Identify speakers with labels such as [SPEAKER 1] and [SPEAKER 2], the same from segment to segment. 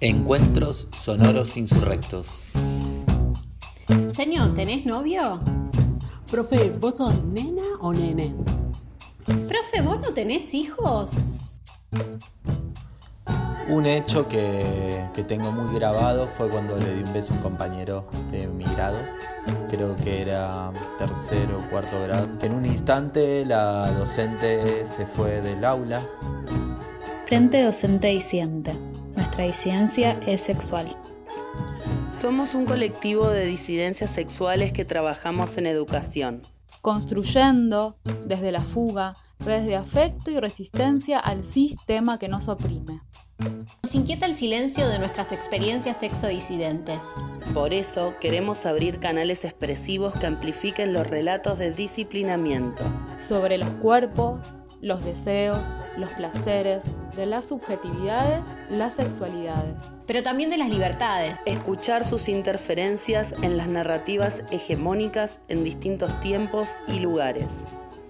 [SPEAKER 1] Encuentros sonoros insurrectos.
[SPEAKER 2] Señor, ¿tenés novio?
[SPEAKER 3] Profe, ¿vos sos nena o nene?
[SPEAKER 2] Profe, ¿vos no tenés hijos?
[SPEAKER 4] Un hecho que, que tengo muy grabado fue cuando le di un beso a un compañero de mi grado. Creo que era tercero o cuarto grado. En un instante la docente se fue del aula.
[SPEAKER 5] Frente docente disidente. Nuestra disidencia es sexual.
[SPEAKER 6] Somos un colectivo de disidencias sexuales que trabajamos en educación.
[SPEAKER 7] construyendo desde la fuga redes de afecto y resistencia al sistema que nos oprime.
[SPEAKER 2] Nos inquieta el silencio de nuestras experiencias sexodisidentes.
[SPEAKER 6] Por eso queremos abrir canales expresivos que amplifiquen los relatos de disciplinamiento.
[SPEAKER 7] sobre los cuerpos, los deseos, los placeres, de las subjetividades, las sexualidades.
[SPEAKER 2] pero también de las libertades.
[SPEAKER 6] Escuchar sus interferencias en las narrativas hegemónicas en distintos tiempos y lugares.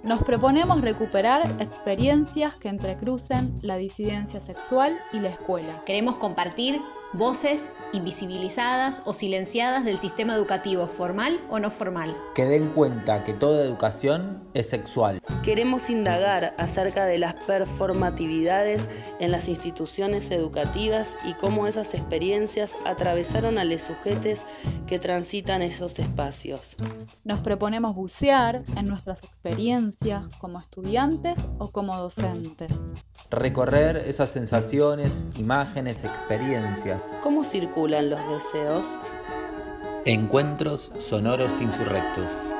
[SPEAKER 7] Nos proponemos recuperar experiencias que entrecrucen la disidencia sexual y la escuela.
[SPEAKER 2] Queremos compartir voces invisibilizadas o silenciadas del sistema educativo, formal o no formal.
[SPEAKER 4] Que den cuenta que toda educación es sexual.
[SPEAKER 6] Queremos indagar acerca de las performatividades en las instituciones educativas y cómo esas experiencias atravesaron a los sujetos que transitan esos espacios.
[SPEAKER 7] Nos proponemos bucear en nuestras experiencias como estudiantes o como docentes.
[SPEAKER 4] Recorrer esas sensaciones, imágenes, experiencias.
[SPEAKER 6] ¿Cómo circulan los deseos?
[SPEAKER 1] Encuentros sonoros insurrectos.